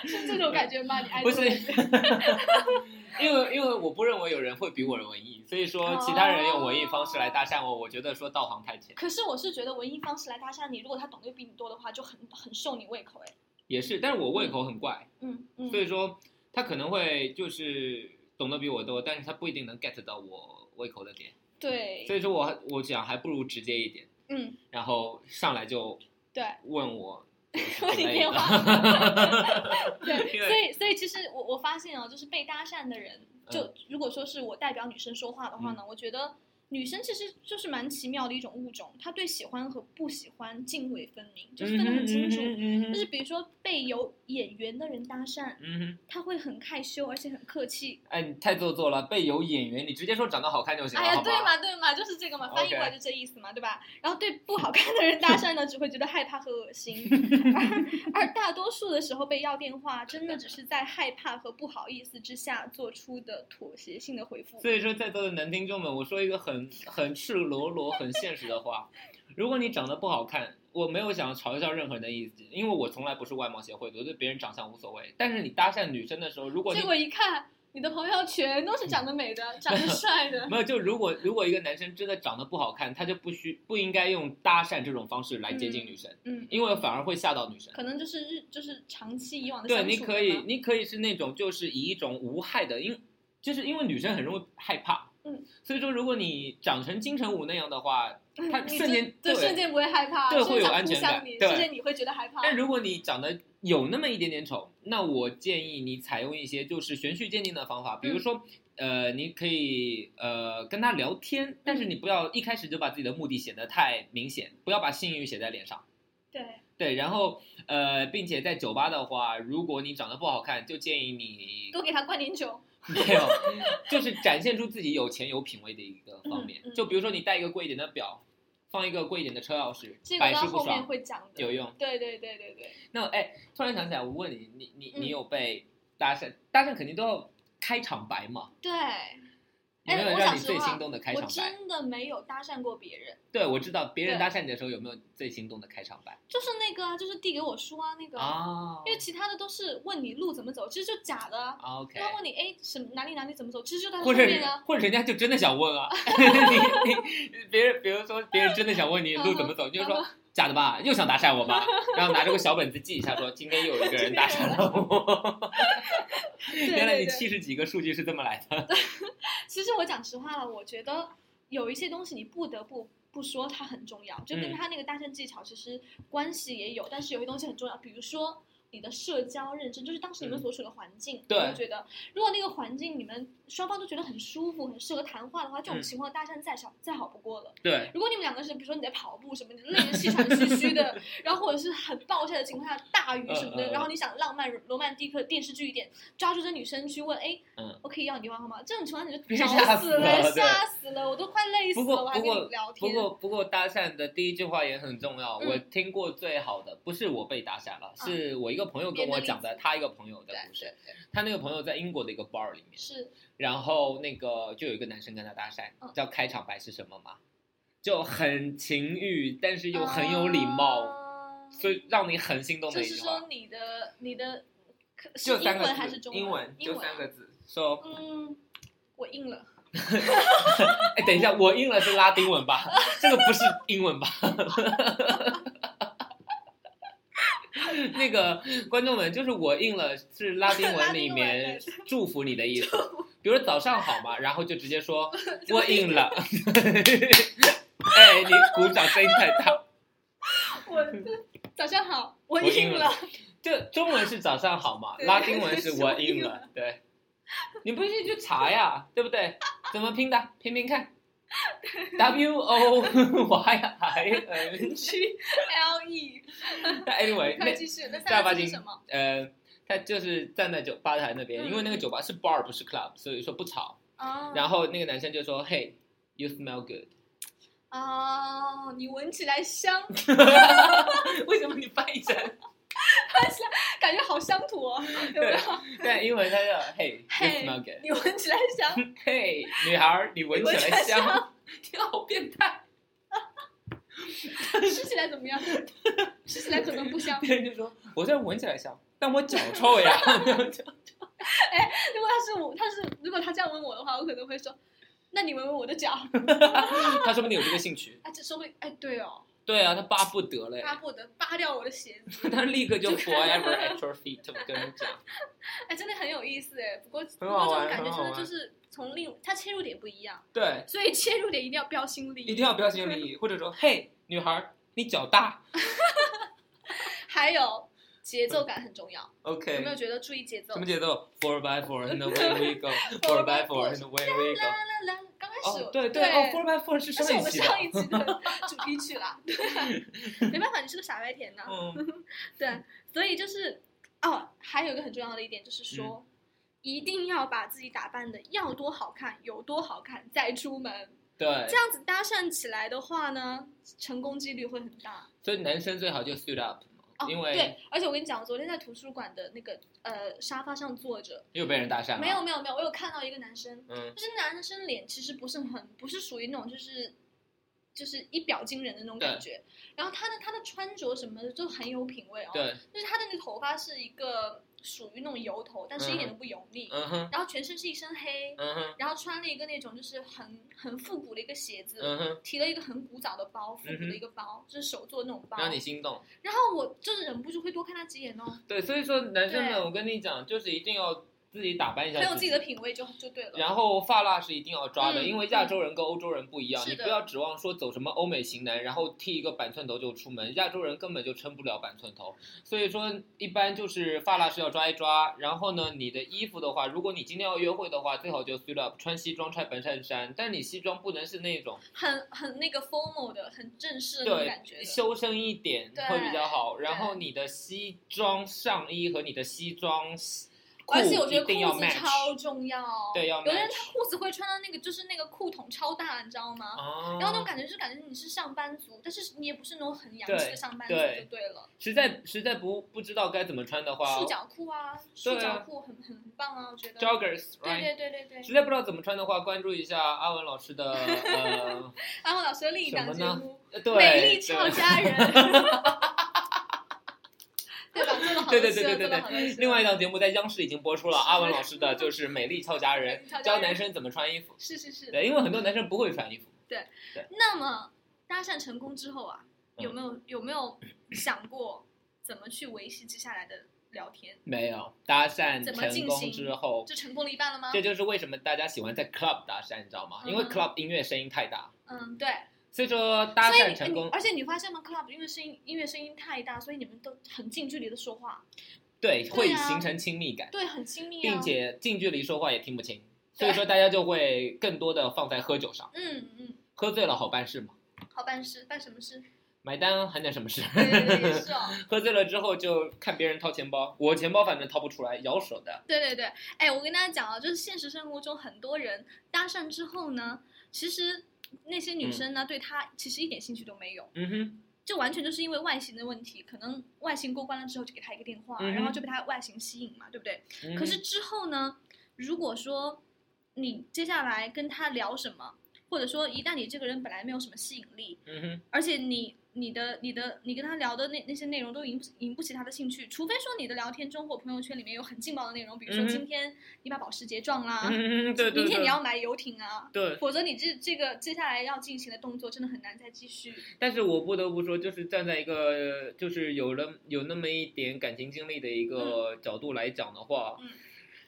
[SPEAKER 3] 是这种感觉吗？你爱
[SPEAKER 1] 不
[SPEAKER 3] 这
[SPEAKER 1] 是
[SPEAKER 3] 种感觉
[SPEAKER 1] 因为因为我不认为有人会比我文艺，所以说
[SPEAKER 3] 哦
[SPEAKER 1] 其他人用文艺方式来搭讪我，我觉得说道行太浅，
[SPEAKER 3] 可是我是觉得文艺方式来搭讪你，如果他懂得比你多的话，就很很受你胃口哎。
[SPEAKER 1] 也是，但是我胃口很怪，
[SPEAKER 3] 嗯嗯，
[SPEAKER 1] 所以说他可能会就是懂得比我多，但是他不一定能 get 到我胃口的点，所
[SPEAKER 3] 对，
[SPEAKER 1] 以说我我想还不如直接一点，
[SPEAKER 3] 嗯
[SPEAKER 1] 然后上来就
[SPEAKER 3] 对。
[SPEAKER 1] 问 我就是
[SPEAKER 3] 问
[SPEAKER 1] 之
[SPEAKER 3] 你
[SPEAKER 1] 类
[SPEAKER 3] 电
[SPEAKER 1] 的。
[SPEAKER 3] 话，对，
[SPEAKER 1] 因为
[SPEAKER 3] 所以所以其实我我发现啊，就是被搭讪的人，
[SPEAKER 1] 嗯
[SPEAKER 3] 就如果说是我代表女生说话的话呢，我觉得女生其实就是蛮奇妙的一种物种，她对喜欢和不喜欢泾渭分明，就是分得很清楚。
[SPEAKER 1] 嗯
[SPEAKER 3] 就是比如说被有眼缘的人搭讪，
[SPEAKER 1] 嗯哼，
[SPEAKER 3] 她会很害羞，而且很客气。
[SPEAKER 1] 哎，你太做作了，被有演员，你直接说长得好看就行了，
[SPEAKER 3] 哎呀，
[SPEAKER 1] 好吗
[SPEAKER 3] 对？嘛对嘛，就是这个嘛，翻译
[SPEAKER 1] OK
[SPEAKER 3] 过来就这意思嘛，对吧？然后对不好看的人搭讪呢，只会觉得害怕和恶心， 而而大多数的时候被要电话，真的只是在害怕和不好意思之下做出的妥协性的回复。
[SPEAKER 1] 所以说，在座的男听众们，我说一个很很赤裸裸、很现实的话：如果你长得不好看，我没有想嘲笑任何人的意思，因为我从来不是外貌协会的，我对别人长相无所谓。但是你搭讪女生的时候，如果你
[SPEAKER 3] 结果一看，你的朋友全都是长得美的、长得 帅的。
[SPEAKER 1] 没有，就如果如果一个男生真的长得不好看，他就不需不应该用搭讪这种方式来接近女生，
[SPEAKER 3] 嗯，
[SPEAKER 1] 因为反而会吓到女生。
[SPEAKER 3] 可能就是日就是长期以往的
[SPEAKER 1] 对，
[SPEAKER 3] 相
[SPEAKER 1] 你
[SPEAKER 3] 处
[SPEAKER 1] 可
[SPEAKER 3] 了
[SPEAKER 1] 以
[SPEAKER 3] 吗，
[SPEAKER 1] 你可以是那种就是以一种无害的，因就是因为女生很容易害怕，
[SPEAKER 3] 嗯，
[SPEAKER 1] 所以说如果你长成金城武那样的话，他
[SPEAKER 3] 嗯你
[SPEAKER 1] 瞬
[SPEAKER 3] 就
[SPEAKER 1] 间
[SPEAKER 3] 对瞬间不会害怕，
[SPEAKER 1] 对
[SPEAKER 3] 甚至
[SPEAKER 1] 会有
[SPEAKER 3] 想
[SPEAKER 1] 安
[SPEAKER 3] 扑
[SPEAKER 1] 全
[SPEAKER 3] 向
[SPEAKER 1] 感
[SPEAKER 3] 你
[SPEAKER 1] 对
[SPEAKER 3] 甚至你会觉得害怕。
[SPEAKER 1] 但如果你长得有那么一点点丑，那我建议你采用一些就是循序渐进的方法，比
[SPEAKER 3] 嗯
[SPEAKER 1] 如说，呃，你可以呃跟他聊天，但
[SPEAKER 3] 嗯
[SPEAKER 1] 是你不要一开始就把自己的目的写得太明显，不要把性欲写在脸上。
[SPEAKER 3] 对，
[SPEAKER 1] 对，然后呃，并且在酒吧的话，如果你长得不好看，就建议你
[SPEAKER 3] 多给他灌点酒，
[SPEAKER 1] 没有， 就是展现出自己有钱有品位的一个方面。
[SPEAKER 3] 嗯嗯
[SPEAKER 1] 就比如说你戴一个贵一点的表，放一个贵一点的车钥匙，
[SPEAKER 3] 这个
[SPEAKER 1] 百
[SPEAKER 3] 到
[SPEAKER 1] 试不
[SPEAKER 3] 后面
[SPEAKER 1] 爽，
[SPEAKER 3] 会讲的。
[SPEAKER 1] 有用。
[SPEAKER 3] 对对对对对，
[SPEAKER 1] 那哎，突然想起来，我问你，你你
[SPEAKER 3] 嗯
[SPEAKER 1] 你有被搭讪？搭讪肯定都要开场白嘛？
[SPEAKER 3] 对，
[SPEAKER 1] 有没有
[SPEAKER 3] 哎我
[SPEAKER 1] 让
[SPEAKER 3] 讲
[SPEAKER 1] 你
[SPEAKER 3] 实
[SPEAKER 1] 最
[SPEAKER 3] 话
[SPEAKER 1] 心动的开
[SPEAKER 3] 我
[SPEAKER 1] 场白？
[SPEAKER 3] 真的没有搭讪过别人，
[SPEAKER 1] 对，我知道别人
[SPEAKER 3] 对
[SPEAKER 1] 搭讪你的时候有没有最心动的开场白
[SPEAKER 3] 就是那个啊，就是递给我书啊那个，
[SPEAKER 1] 啊
[SPEAKER 3] 因为其他的都是问你路怎么走，其实就假的啊。
[SPEAKER 1] ？OK，
[SPEAKER 3] 他问你哎什么哪里哪里怎么走，其实就在他后
[SPEAKER 1] 或者
[SPEAKER 3] 面啊。
[SPEAKER 1] 或者人家就真的想问 啊，你你别人比如说别人真的想问你路怎么走，你就说
[SPEAKER 3] 嗯
[SPEAKER 1] 假的吧，又想搭讪我吧，然后拿着个小本子记一下，说今天又有一个人搭讪了我。
[SPEAKER 3] 对
[SPEAKER 1] 原来
[SPEAKER 3] 对
[SPEAKER 1] 你
[SPEAKER 3] 对，
[SPEAKER 1] 七十几个数据是这么来的，
[SPEAKER 3] 其实我讲实话了，我觉得有一些东西你不得不。不说它很重要，就跟
[SPEAKER 1] 嗯
[SPEAKER 3] 他那个搭讪技巧其实关系也有，但是有些东西很重要，比如说你的社交认知，就是当时你们
[SPEAKER 1] 嗯
[SPEAKER 3] 所处的环境，
[SPEAKER 1] 对
[SPEAKER 3] 你会觉得如果那个环境你们双方都觉得很舒服、很适合谈话的话，这种
[SPEAKER 1] 嗯
[SPEAKER 3] 情况搭讪再少、再好不过了。
[SPEAKER 1] 对，
[SPEAKER 3] 如果你们两个是，比如说你在跑步什么，你累 得气喘吁吁的，然后或者是很暴晒的情况下，大雨什
[SPEAKER 1] 嗯
[SPEAKER 3] 么
[SPEAKER 1] 嗯
[SPEAKER 3] 的，
[SPEAKER 1] 嗯
[SPEAKER 3] 然后你想浪漫罗曼蒂克电视剧一点，抓住这女生去问，哎
[SPEAKER 1] 嗯，
[SPEAKER 3] 我可以要你电话号码？这种情 况下你
[SPEAKER 1] 别
[SPEAKER 3] 就
[SPEAKER 1] 吓
[SPEAKER 3] 找
[SPEAKER 1] 死
[SPEAKER 3] 死了，
[SPEAKER 1] 了对啊
[SPEAKER 3] 吓死了，我都快累死
[SPEAKER 1] 不过
[SPEAKER 3] 了，我还
[SPEAKER 1] 不
[SPEAKER 3] 跟
[SPEAKER 1] 过
[SPEAKER 3] 你聊
[SPEAKER 1] 不
[SPEAKER 3] 天。
[SPEAKER 1] 过不过搭讪的第一句话也很重要。
[SPEAKER 3] 嗯
[SPEAKER 1] 我听过最好的不是我被搭讪了，
[SPEAKER 3] 啊
[SPEAKER 1] 是我一个朋友跟我讲的
[SPEAKER 3] 别的例子
[SPEAKER 1] 他一个朋友的
[SPEAKER 3] 对
[SPEAKER 1] 故
[SPEAKER 3] 对
[SPEAKER 1] 事。他那个朋友在英国的一个 bar 里面，
[SPEAKER 3] 是，
[SPEAKER 1] 然后那个就有一个男生跟他搭讪，
[SPEAKER 3] 嗯
[SPEAKER 1] 叫开场白是什么吗？就很情欲，但是又很有礼貌，
[SPEAKER 3] 啊
[SPEAKER 1] 所以让你很心动的
[SPEAKER 3] 就
[SPEAKER 1] 一
[SPEAKER 3] 是
[SPEAKER 1] 句
[SPEAKER 3] 说
[SPEAKER 1] 话，
[SPEAKER 3] 你的你的可是
[SPEAKER 1] 就
[SPEAKER 3] 英
[SPEAKER 1] 三个
[SPEAKER 3] 文
[SPEAKER 1] 字，
[SPEAKER 3] 还是中
[SPEAKER 1] 英
[SPEAKER 3] 文
[SPEAKER 1] 文？就
[SPEAKER 3] 文啊
[SPEAKER 1] 三个字，说，
[SPEAKER 3] 嗯，我硬了。
[SPEAKER 1] 哎，等一下，我印了是拉丁文吧？这个不是英文吧？ 那个观众们，就是我印了是拉丁文里
[SPEAKER 3] 拉
[SPEAKER 1] 面
[SPEAKER 3] 丁
[SPEAKER 1] 祝福你的意思，比如说早上好嘛，然后就直接说我印了， 哎，你鼓掌声音太大。
[SPEAKER 3] 我这 早上好，我
[SPEAKER 1] 我硬
[SPEAKER 3] 硬了。
[SPEAKER 1] 就中文是早上好嘛，
[SPEAKER 3] 对
[SPEAKER 1] 拉丁文 是我
[SPEAKER 3] 是我
[SPEAKER 1] 硬
[SPEAKER 3] 硬
[SPEAKER 1] 了，对，你不信去查呀，对不对？怎么拼的？拼拼看。W O Y I N G。
[SPEAKER 3] L E，
[SPEAKER 1] 但 anyway，
[SPEAKER 3] 快
[SPEAKER 1] 那
[SPEAKER 3] 继续。那
[SPEAKER 1] 大
[SPEAKER 3] 三
[SPEAKER 1] 巴
[SPEAKER 3] 个字
[SPEAKER 1] 金
[SPEAKER 3] 是什么？
[SPEAKER 1] 呃，他就是站在酒吧台那边，
[SPEAKER 3] 嗯
[SPEAKER 1] 因为那个酒吧是 bar 不是 club，所以说不吵。
[SPEAKER 3] 啊
[SPEAKER 1] 然后那个男生就说：“Hey，you smell good。
[SPEAKER 3] 啊，你闻起来香，”
[SPEAKER 1] 为什么你翻译成？
[SPEAKER 3] 感觉好乡土哦，有 没
[SPEAKER 1] 对
[SPEAKER 3] 有？
[SPEAKER 1] 但英文他叫 “Hey，you smell good”。
[SPEAKER 3] 你闻起来 香，
[SPEAKER 1] 嘿，女孩儿，你闻起
[SPEAKER 3] 你闻起
[SPEAKER 1] 来
[SPEAKER 3] 来
[SPEAKER 1] 香，你好变态。
[SPEAKER 3] 吃起来怎么样？吃起来可能不香。
[SPEAKER 1] 别人就说我虽然闻起来香，但我脚臭呀。
[SPEAKER 3] 如果他是我，他是如果他这样问我的话，我可能会说，那你闻闻我的脚。
[SPEAKER 1] 他说不定有这个兴趣。
[SPEAKER 3] 哎，这说不定，哎，对哦，
[SPEAKER 1] 对啊，他巴不得嘞，
[SPEAKER 3] 巴不得扒掉我的鞋 子。
[SPEAKER 1] 他立刻就 forever at your feet，我跟你讲。
[SPEAKER 3] 哎，真的很有意思哎。不过不
[SPEAKER 1] 很好
[SPEAKER 3] 过
[SPEAKER 1] 玩
[SPEAKER 3] 这种感
[SPEAKER 1] 很
[SPEAKER 3] 觉真
[SPEAKER 1] 好
[SPEAKER 3] 的
[SPEAKER 1] 玩
[SPEAKER 3] 就是从另他切入点不一样，
[SPEAKER 1] 对，
[SPEAKER 3] 所以切入点一定要标新立
[SPEAKER 1] 一
[SPEAKER 3] 异。
[SPEAKER 1] 定要标新立异，或者说，嘿，女孩儿，你脚大。
[SPEAKER 3] 还有节奏感很重要，有没有
[SPEAKER 1] OK，
[SPEAKER 3] 觉得注意节奏
[SPEAKER 1] 什么？节奏？Four by four and away we go，Four by four and away we go。
[SPEAKER 3] 啦啦，刚开
[SPEAKER 1] 哦
[SPEAKER 3] 始我、，
[SPEAKER 1] 对
[SPEAKER 3] 对
[SPEAKER 1] 哦，Four by four 是
[SPEAKER 3] 这是
[SPEAKER 1] 上
[SPEAKER 3] 我
[SPEAKER 1] 一
[SPEAKER 3] 们
[SPEAKER 1] 期
[SPEAKER 3] 上
[SPEAKER 1] 的。
[SPEAKER 3] 一集 的主题曲啦。对啊，没办法，你是个傻白甜呐、
[SPEAKER 1] 嗯，
[SPEAKER 3] 对，所以就是哦，还有一个很重要的一点就是
[SPEAKER 1] 嗯
[SPEAKER 3] 说，一定要把自己打扮的要多好看有多好看再出门，
[SPEAKER 1] 对
[SPEAKER 3] 这。样子搭讪起来的话呢，成功几率会很大。
[SPEAKER 1] 所以男生最好就 suit up，
[SPEAKER 3] 哦，
[SPEAKER 1] 因为
[SPEAKER 3] 对，而且我跟你讲，我昨天在图书馆的那个呃沙发上坐着，
[SPEAKER 1] 又被人搭讪了。
[SPEAKER 3] 没有。没有没有，我有看到一个男生，
[SPEAKER 1] 嗯
[SPEAKER 3] 就是男生脸其实不是很，不是属于那种就是就是一表惊人的那种感觉。然后他的他的穿着什么的就很有品味哦，
[SPEAKER 1] 对，
[SPEAKER 3] 就是他的那个头发是一个属于那种油头，但是一点都不油腻，
[SPEAKER 1] 嗯哼，
[SPEAKER 3] 然后全身是一身黑，
[SPEAKER 1] 嗯哼，
[SPEAKER 3] 然后穿了一个那种就是很很复古的一个鞋子，
[SPEAKER 1] 嗯哼，
[SPEAKER 3] 提了一个很古早的包，复古
[SPEAKER 1] 嗯
[SPEAKER 3] 的
[SPEAKER 1] 哼
[SPEAKER 3] 一个包，就是手做的那种包。
[SPEAKER 1] 让你心动。
[SPEAKER 3] 然后我就是忍不住会多看他几眼哦，
[SPEAKER 1] 对，所以说男生
[SPEAKER 3] 对
[SPEAKER 1] 们，我跟你讲，就是一定要自己打扮一下，
[SPEAKER 3] 很有自己的。品味就就对了。
[SPEAKER 1] 然后发蜡是一定要抓的，
[SPEAKER 3] 嗯
[SPEAKER 1] 因为亚洲人跟欧洲人不一样，
[SPEAKER 3] 是
[SPEAKER 1] 你
[SPEAKER 3] 的
[SPEAKER 1] 不要指望说走什么欧美型男，然后剃一个板寸头就出门，亚洲人根本就撑不了板寸头。所以说，一般就是发蜡是要抓一抓。然后呢，你的衣服的话，如果你今天要约会的话，最好就 suit up，穿西装，穿白衬衫，但你西装不能是那种
[SPEAKER 3] 很很那个 formal 的，很正式的那种
[SPEAKER 1] 对
[SPEAKER 3] 感觉的。
[SPEAKER 1] 修身一点
[SPEAKER 3] 对
[SPEAKER 1] 会比较好。然后
[SPEAKER 3] 对
[SPEAKER 1] 你的西装上衣和你的西装裤
[SPEAKER 3] 而且我觉得
[SPEAKER 1] 一定要
[SPEAKER 3] 裤子
[SPEAKER 1] match。
[SPEAKER 3] 超重要，
[SPEAKER 1] 对要
[SPEAKER 3] 有的人
[SPEAKER 1] match
[SPEAKER 3] 他裤子会穿到那个就是那个裤筒超大，你知道吗？
[SPEAKER 1] 哦
[SPEAKER 3] 然后那种感觉就是感觉你是上班族，但是你也不是那种很洋气的
[SPEAKER 1] 对
[SPEAKER 3] 上班族
[SPEAKER 1] 对哦
[SPEAKER 3] 就对了。
[SPEAKER 1] 实在实在不不知道该怎么穿的话
[SPEAKER 3] 束脚裤啊，束脚裤很很很棒啊，我觉得。
[SPEAKER 1] ，joggers，
[SPEAKER 3] 对
[SPEAKER 1] right？
[SPEAKER 3] 对对对对
[SPEAKER 1] 实，在不知道怎么穿的话，关注一下阿文老师 的呃，
[SPEAKER 3] 阿后老师的另一档节
[SPEAKER 1] 什么
[SPEAKER 3] 目
[SPEAKER 1] 呃
[SPEAKER 3] 《
[SPEAKER 1] 对，
[SPEAKER 3] 美丽俏
[SPEAKER 1] 对
[SPEAKER 3] 佳人》，对吧？做的好
[SPEAKER 1] 对
[SPEAKER 3] 乐
[SPEAKER 1] 对
[SPEAKER 3] 事
[SPEAKER 1] 对对
[SPEAKER 3] 了，做
[SPEAKER 1] 对
[SPEAKER 3] 的好乐事
[SPEAKER 1] 对
[SPEAKER 3] 了。，
[SPEAKER 1] 另外一档节目在央视已经播出了，
[SPEAKER 3] 是
[SPEAKER 1] 阿文老师的就是《美丽俏佳人
[SPEAKER 3] 俏》，佳
[SPEAKER 1] 教
[SPEAKER 3] 人
[SPEAKER 1] 男生怎么穿衣服。
[SPEAKER 3] 是是是。
[SPEAKER 1] 对，因为很多男生不会穿衣服。
[SPEAKER 3] 那么搭讪成功之后啊，
[SPEAKER 1] 嗯
[SPEAKER 3] 有没有有没有想过怎么去维系接下来的聊天？
[SPEAKER 1] 没有搭讪
[SPEAKER 3] 怎么进
[SPEAKER 1] 成功
[SPEAKER 3] 行
[SPEAKER 1] 之后，
[SPEAKER 3] 就成功了一半了吗
[SPEAKER 1] 这？就是为什么大家喜欢在 club 搭讪，你知道吗？因为
[SPEAKER 3] 嗯哼
[SPEAKER 1] club 音乐声音太大，
[SPEAKER 3] 嗯，对。
[SPEAKER 1] 所以说搭
[SPEAKER 3] 所以
[SPEAKER 1] 讪
[SPEAKER 3] 你
[SPEAKER 1] 成功
[SPEAKER 3] 你，而且你发现吗？club 因为声音音乐声音太大，所以你们都很近距离的说话，
[SPEAKER 1] 对会
[SPEAKER 3] 对啊
[SPEAKER 1] 形成亲密感。
[SPEAKER 3] 对，很亲密啊。
[SPEAKER 1] 并且近距离说话也听不清，所
[SPEAKER 3] 对
[SPEAKER 1] 以说大家就会更多的放在喝酒上。
[SPEAKER 3] 嗯嗯，
[SPEAKER 1] 喝醉了好办事嘛，
[SPEAKER 3] 好办事，办什 么事？
[SPEAKER 1] 买单还能什么事？
[SPEAKER 3] 对对对，也是哦。
[SPEAKER 1] 喝醉了之后就看别人掏钱包，我钱包反正掏不出来，咬手的。
[SPEAKER 3] 对对对，哎，我跟大家讲啊，就是现实生活中很多人搭讪之后呢，其实那些女生呢、对他其实一点兴趣都没有，
[SPEAKER 1] 嗯哼，
[SPEAKER 3] 就完全就是因为外形的问题，可能外形过关了之后就给他一个电话，
[SPEAKER 1] 嗯哼
[SPEAKER 3] 然后就被他外形吸引嘛，对不对？
[SPEAKER 1] 嗯哼
[SPEAKER 3] 可是之后呢，如果说你接下来跟他聊什么，或者说一旦你这个人本来没有什么吸引力，
[SPEAKER 1] 嗯哼，
[SPEAKER 3] 而且你你的你的你跟他聊的那那些内容都引不起引不起他的兴趣，除非说你的聊天中或朋友圈里面有很劲爆的内容，比如说
[SPEAKER 1] 嗯哼
[SPEAKER 3] 今天你把保时捷撞啦，
[SPEAKER 1] 嗯哼，对对
[SPEAKER 3] 明天你
[SPEAKER 1] 对，
[SPEAKER 3] 要买游艇啊，
[SPEAKER 1] 对。
[SPEAKER 3] 否则你这这个接下来要进行的动作真的很难再继续。
[SPEAKER 1] 但是我不得不说，就是站在一个就是有了有那么一点感情经历的一个角度来讲的话，
[SPEAKER 3] 嗯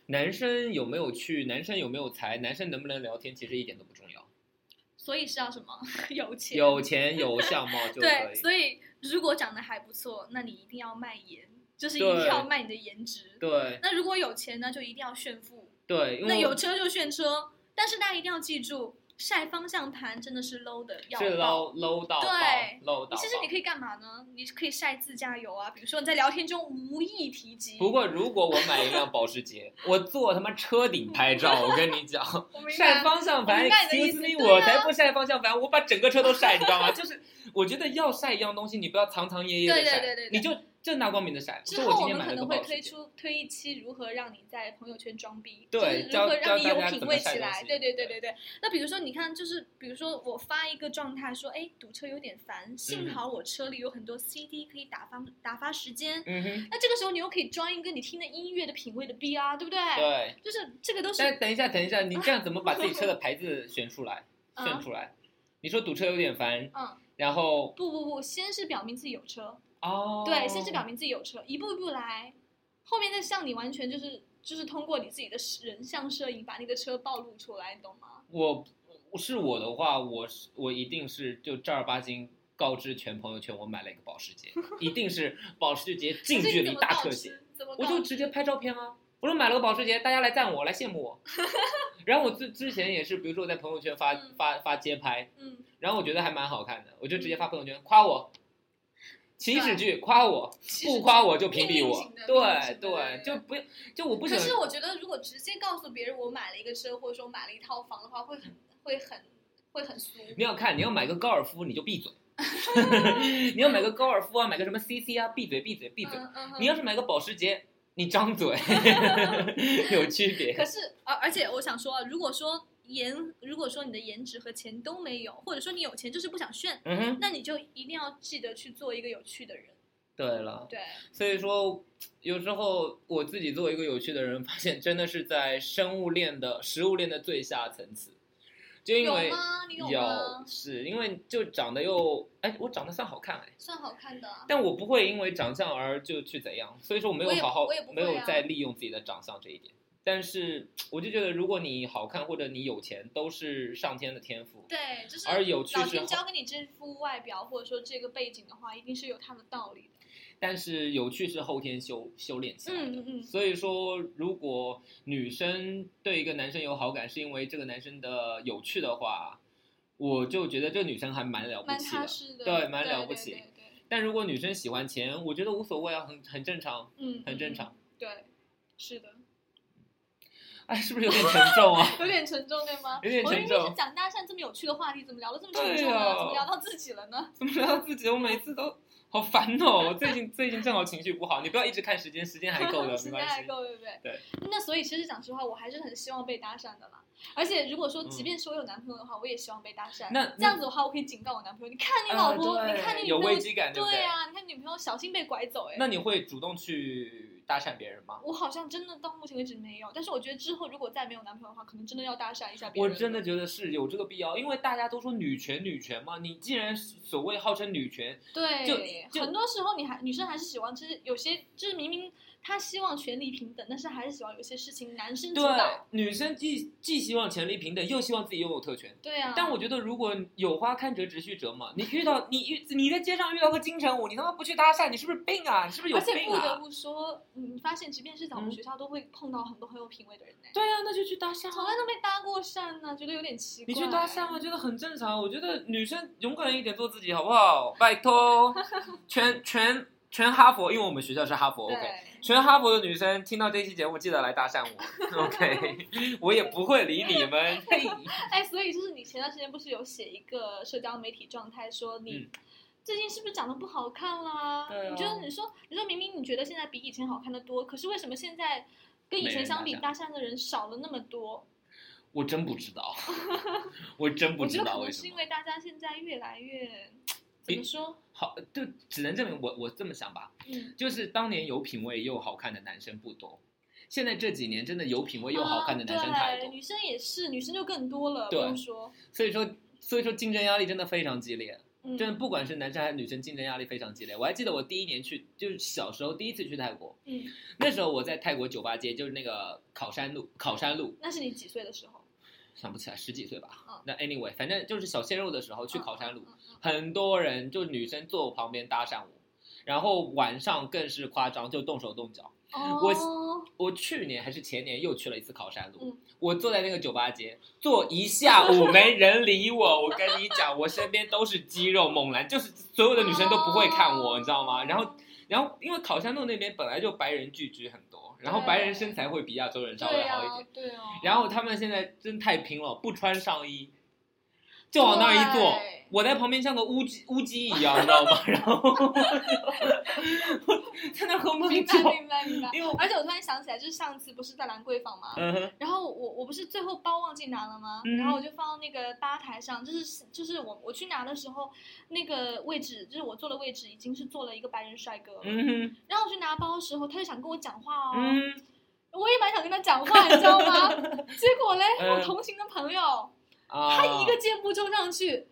[SPEAKER 1] 男生有没有趣，男生有没有才，男生能不能聊天，其实一点都不重要，
[SPEAKER 3] 所以是要什么？ 有钱。
[SPEAKER 1] 有钱有相貌就可
[SPEAKER 3] 对，
[SPEAKER 1] 以。
[SPEAKER 3] 所以如果长得还不错，那你一定要卖颜，就是一
[SPEAKER 1] 对
[SPEAKER 3] 定要卖你的颜值。
[SPEAKER 1] 对
[SPEAKER 3] 那如果有钱呢，就一定要炫富。
[SPEAKER 1] 对，因为
[SPEAKER 3] 那有车就炫车，但是大家一定要记住，晒方向盘真的是 low 的要
[SPEAKER 1] 是
[SPEAKER 3] 爆
[SPEAKER 1] low low 到爆
[SPEAKER 3] 对
[SPEAKER 1] ，low 到
[SPEAKER 3] 其实
[SPEAKER 1] 爆
[SPEAKER 3] 你可以干嘛呢？你可以晒自驾游啊，比如说你在聊天中无意提及。
[SPEAKER 1] 不过如果我买一辆保时捷，我坐他妈车顶拍照，我跟你讲，
[SPEAKER 3] 我明
[SPEAKER 1] 晒
[SPEAKER 3] 白，
[SPEAKER 1] 方向盘
[SPEAKER 3] 我明白你的意
[SPEAKER 1] ，excuse
[SPEAKER 3] 思对
[SPEAKER 1] me，
[SPEAKER 3] 啊
[SPEAKER 1] 我才不晒方向盘，我把整个车都晒，你知道吗？就是我觉得要晒一样东西，你不要藏藏掖掖的
[SPEAKER 3] 对对
[SPEAKER 1] 晒，
[SPEAKER 3] 对对对
[SPEAKER 1] 你就正大光明的晒。
[SPEAKER 3] 之
[SPEAKER 1] 说我
[SPEAKER 3] 后
[SPEAKER 1] 今
[SPEAKER 3] 我
[SPEAKER 1] 天买
[SPEAKER 3] 们可
[SPEAKER 1] 了个
[SPEAKER 3] 能会
[SPEAKER 1] 保时
[SPEAKER 3] 推
[SPEAKER 1] 捷，
[SPEAKER 3] 出推一期如何让你在朋友圈装逼，
[SPEAKER 1] 对
[SPEAKER 3] 就是如
[SPEAKER 1] 教教
[SPEAKER 3] 何让你有
[SPEAKER 1] 大家
[SPEAKER 3] 品
[SPEAKER 1] 怎
[SPEAKER 3] 味
[SPEAKER 1] 么晒
[SPEAKER 3] 起来。
[SPEAKER 1] 东西
[SPEAKER 3] 对对对对对。那比如说，你看，就是比如说我发一个状态说，哎，堵车有点烦，幸
[SPEAKER 1] 嗯
[SPEAKER 3] 好我车里有很多 CD 可以打发打发时间。
[SPEAKER 1] 嗯哼，
[SPEAKER 3] 那这个时候你又可以装一个你听的音乐的品味的逼啊，对不对？
[SPEAKER 1] 对。
[SPEAKER 3] 就是这个都是
[SPEAKER 1] 但等一下，等一下，你这样怎么把自己车的牌子选出来？选
[SPEAKER 3] 啊，
[SPEAKER 1] 出来？你说堵车有点烦，
[SPEAKER 3] 嗯，
[SPEAKER 1] 然后
[SPEAKER 3] 不不不，先是表明自己有车，
[SPEAKER 1] 哦，
[SPEAKER 3] 对，先是表明自己有车，一步一步来，后面再向你完全就是就是通过你自己的人像摄影把你的车暴露出来，你懂吗？
[SPEAKER 1] 我我是我的话，我是我一定是就正儿八经告知全朋友圈我买了一个保时捷，一定是保时捷近
[SPEAKER 3] 可是
[SPEAKER 1] 距
[SPEAKER 3] 你怎
[SPEAKER 1] 离
[SPEAKER 3] 么
[SPEAKER 1] 大
[SPEAKER 3] 告
[SPEAKER 1] 特
[SPEAKER 3] 知
[SPEAKER 1] 写，，
[SPEAKER 3] 怎么
[SPEAKER 1] 我
[SPEAKER 3] 告
[SPEAKER 1] 就
[SPEAKER 3] 知
[SPEAKER 1] 直接拍照片啊。我说买了个保时捷，大家来赞我，来羡慕我。 然后我之之前也是，比如说我在朋友圈发
[SPEAKER 3] 嗯
[SPEAKER 1] 发发街拍，
[SPEAKER 3] 嗯，
[SPEAKER 1] 然后我觉得还蛮好看的，我就直接发朋友圈夸我，起始句夸我，
[SPEAKER 3] 其实
[SPEAKER 1] 不夸我就屏
[SPEAKER 3] 命
[SPEAKER 1] 蔽
[SPEAKER 3] 令
[SPEAKER 1] 我
[SPEAKER 3] 型的。命令
[SPEAKER 1] 对
[SPEAKER 3] 型的对对
[SPEAKER 1] 就不就我不
[SPEAKER 3] 可
[SPEAKER 1] 想
[SPEAKER 3] 是我觉得如果直接告诉别人我买了一个车或者说买了一套房的话，会很会很会很俗。
[SPEAKER 1] 你要看，你要买个高尔夫，你就闭 嘴。你要买个高尔夫啊，买个什么 CC 啊，闭嘴闭嘴闭嘴。
[SPEAKER 3] 嗯嗯
[SPEAKER 1] 你
[SPEAKER 3] 哼。
[SPEAKER 1] 要是买个保时捷，你张 嘴，有区别。
[SPEAKER 3] 嗯可是而而且我想说啊，如果说颜，如果说你的颜值和钱都没有，或者说你有钱就是不想炫，
[SPEAKER 1] 嗯哼，
[SPEAKER 3] 那你就一定要记得去做一个有趣的人。
[SPEAKER 1] 对了，
[SPEAKER 3] 对，
[SPEAKER 1] 所以说有时候我自己作为一个有趣的人，发现真的是在生物链的食物链的最下层次，就因
[SPEAKER 3] 有
[SPEAKER 1] 为
[SPEAKER 3] 吗？你有
[SPEAKER 1] 有
[SPEAKER 3] 吗？
[SPEAKER 1] 是因为就长得又哎，我长得算好看哎，
[SPEAKER 3] 算好看的啊，
[SPEAKER 1] 但我不会因为长相而就去怎样，所以说我没有
[SPEAKER 3] 我也
[SPEAKER 1] 好好、
[SPEAKER 3] 我也不
[SPEAKER 1] 没
[SPEAKER 3] 会啊
[SPEAKER 1] 有再利用自己的长相这一点。但是我就觉得，如果你好看或者你有钱，都是上天的天赋。
[SPEAKER 3] 对，就是
[SPEAKER 1] 而有趣
[SPEAKER 3] 老
[SPEAKER 1] 是
[SPEAKER 3] 天
[SPEAKER 1] 好
[SPEAKER 3] 教给你这副外表或者说这个背景的话，一定是有它的道理的。
[SPEAKER 1] 但是有趣是后天修修炼起来的。
[SPEAKER 3] 嗯嗯嗯，
[SPEAKER 1] 所以说，如果女生对一个男生有好感，是因为这个男生的有趣的话，我就觉得这个女生还蛮了不
[SPEAKER 3] 蛮
[SPEAKER 1] 起的
[SPEAKER 3] 踏。实的，
[SPEAKER 1] 对
[SPEAKER 3] 对，
[SPEAKER 1] 蛮了不起
[SPEAKER 3] 对对对对
[SPEAKER 1] 但如果女生喜欢钱，我觉得无所谓啊，很很正常。
[SPEAKER 3] 嗯，
[SPEAKER 1] 很正
[SPEAKER 3] 嗯
[SPEAKER 1] 常。
[SPEAKER 3] 嗯对，是的，
[SPEAKER 1] 哎，是不是有点 沉重啊？
[SPEAKER 3] 有点沉重，对吗？
[SPEAKER 1] 有点
[SPEAKER 3] 我
[SPEAKER 1] 沉
[SPEAKER 3] 明
[SPEAKER 1] 重
[SPEAKER 3] 明是讲搭讪这么有趣的话题，怎么聊的这么沉
[SPEAKER 1] 对啊
[SPEAKER 3] 重呢？
[SPEAKER 1] 呀
[SPEAKER 3] 怎么聊到自己了呢？
[SPEAKER 1] 怎么聊到自己？我每次都好烦哦。我最近最近正好情绪不好，你不要一直看时间，时间还 够的，
[SPEAKER 3] 时
[SPEAKER 1] 没
[SPEAKER 3] 间
[SPEAKER 1] 关
[SPEAKER 3] 还
[SPEAKER 1] 系。
[SPEAKER 3] 够，对不对？
[SPEAKER 1] 对。
[SPEAKER 3] 那所以其实讲实话，我还是很希望被搭讪的啦。而且如果说，即便是我有男朋友的话，我也希望被搭讪。
[SPEAKER 1] 嗯那
[SPEAKER 3] 这样子的话，我可以警告我男朋友：你看你哎老婆，
[SPEAKER 1] 啊对
[SPEAKER 3] 你看你女
[SPEAKER 1] 有
[SPEAKER 3] 朋
[SPEAKER 1] 危
[SPEAKER 3] 友，
[SPEAKER 1] 机感，对不
[SPEAKER 3] 对啊呀、你看你女朋友小心被拐走、哎。
[SPEAKER 1] 那你会主动去搭讪别人吗？
[SPEAKER 3] 我好像真的到目前为止没有，但是我觉得之后如果再没有男朋友的话，可能真的要搭讪一下别
[SPEAKER 1] 我
[SPEAKER 3] 人。
[SPEAKER 1] 真的觉得是有这个必要，因为大家都说女权女权嘛，你既然所谓号称女权，
[SPEAKER 3] 对，
[SPEAKER 1] 就就
[SPEAKER 3] 很多时候你还女生还是喜欢，就是有些就是明明她希望权利平等，但是还是喜欢有些事情男生主
[SPEAKER 1] 对
[SPEAKER 3] 导。
[SPEAKER 1] 女生既既希望权利平等，又希望自己拥有特权。
[SPEAKER 3] 对啊，
[SPEAKER 1] 但我觉得，如果有花看折直须折嘛，你遇到你遇你在街上遇到个金城武，你他妈不去搭讪，你是不是病啊？你是不是有
[SPEAKER 3] 而且
[SPEAKER 1] 病
[SPEAKER 3] 不得
[SPEAKER 1] 啊？
[SPEAKER 3] 不说，嗯你发现即便是在我
[SPEAKER 1] 嗯
[SPEAKER 3] 们学校，都会碰到很多很有品味的人呢、
[SPEAKER 1] 对啊，那就去搭讪
[SPEAKER 3] 从
[SPEAKER 1] 啊
[SPEAKER 3] 来。都没搭过讪呢、觉得有点奇怪。啊
[SPEAKER 1] 你去搭讪，啊我觉得很正常。我觉得女生勇敢一点，做自己好不好？拜 托，全全全哈佛，因为我们学校是哈佛
[SPEAKER 3] 对
[SPEAKER 1] ，OK。全哈佛的女生听到这期节目，记得来搭讪 我，OK。我也不会理你们。嘿，
[SPEAKER 3] 哎，所以就是你前段时间不是有写一个社交媒体状态，说你、
[SPEAKER 1] 嗯
[SPEAKER 3] 最近是不是长得不好看啦？
[SPEAKER 1] 对啊
[SPEAKER 3] 你觉得你说你说明明你觉得现在比以前好看的多，可是为什么现在跟以
[SPEAKER 1] 没人
[SPEAKER 3] 前相比，
[SPEAKER 1] 搭
[SPEAKER 3] 搭讪的人少了那么多？
[SPEAKER 1] 我真不知 道，我真不
[SPEAKER 3] 我觉
[SPEAKER 1] 知
[SPEAKER 3] 得
[SPEAKER 1] 道
[SPEAKER 3] 可
[SPEAKER 1] 为
[SPEAKER 3] 能
[SPEAKER 1] 什
[SPEAKER 3] 是
[SPEAKER 1] 么
[SPEAKER 3] 因。为大家现在越来越怎么说？
[SPEAKER 1] 好，就只能证明我我这么想吧，
[SPEAKER 3] 嗯，
[SPEAKER 1] 就是当年有品味又好看的男生不多，现在这几年真的有品味又好看的男生
[SPEAKER 3] 啊
[SPEAKER 1] 太
[SPEAKER 3] 对
[SPEAKER 1] 多，
[SPEAKER 3] 女生也是，女生就更多了，不
[SPEAKER 1] 对
[SPEAKER 3] 用说，
[SPEAKER 1] 所以说所以说竞争压力真的非常激烈。
[SPEAKER 3] 嗯，
[SPEAKER 1] 真的不管是男生还是女生，竞争压力非常激烈。我还记得我第一年去，就是小时候第一次去泰国，
[SPEAKER 3] 嗯，
[SPEAKER 1] 那时候我在泰国酒吧街，就是那个考山路，考山路，
[SPEAKER 3] 那是你几岁的时候？
[SPEAKER 1] 想不起来十几岁吧。
[SPEAKER 3] 嗯
[SPEAKER 1] 那 anyway，反正就是小鲜肉的时候去考山路，
[SPEAKER 3] 嗯，嗯嗯
[SPEAKER 1] 很多人就女生坐我旁边搭讪我，然后晚上更是夸张，就动手动脚。
[SPEAKER 3] 嗯
[SPEAKER 1] 我
[SPEAKER 3] 哦，
[SPEAKER 1] 我去年还是前年又去了一次考山路，
[SPEAKER 3] 嗯
[SPEAKER 1] 我坐在那个酒吧街坐一下午没人理我，我跟你讲，我身边都是肌肉猛男，就是所有的女生都不会看我，
[SPEAKER 3] 哦
[SPEAKER 1] 你知道吗？然后然后因为考山路那边本来就白人聚居很多，然后白人身材会比亚洲人稍微
[SPEAKER 3] 对
[SPEAKER 1] 好一点。
[SPEAKER 3] 啊，对哦，
[SPEAKER 1] 然后他们现在真太拼了，不穿上衣，就往那儿一坐
[SPEAKER 3] 对。
[SPEAKER 1] 我在旁边像个乌鸡乌鸡一样，你知道吗？ 然后我在那儿喝
[SPEAKER 3] 明
[SPEAKER 1] 闷
[SPEAKER 3] 白
[SPEAKER 1] 酒，
[SPEAKER 3] 明白明白。
[SPEAKER 1] 因为我
[SPEAKER 3] 而且我突然想起来，就是上次不是在兰桂坊嘛，
[SPEAKER 1] 嗯哼
[SPEAKER 3] 然后我我不是最后包忘记拿了吗？
[SPEAKER 1] 嗯
[SPEAKER 3] 然后我就放到那个吧台上，就是就是我我去拿的时候，那个位置就是我坐的位置已经是坐了一个白人帅哥了。
[SPEAKER 1] 嗯哼
[SPEAKER 3] 然后我去拿包的时候，他就想跟我讲话哦，
[SPEAKER 1] 嗯，
[SPEAKER 3] 我也蛮想跟他讲话，你知 道吗？结果嘞，
[SPEAKER 1] 嗯
[SPEAKER 3] 我同行的朋友、
[SPEAKER 1] 啊，
[SPEAKER 3] 他一个箭步冲上去，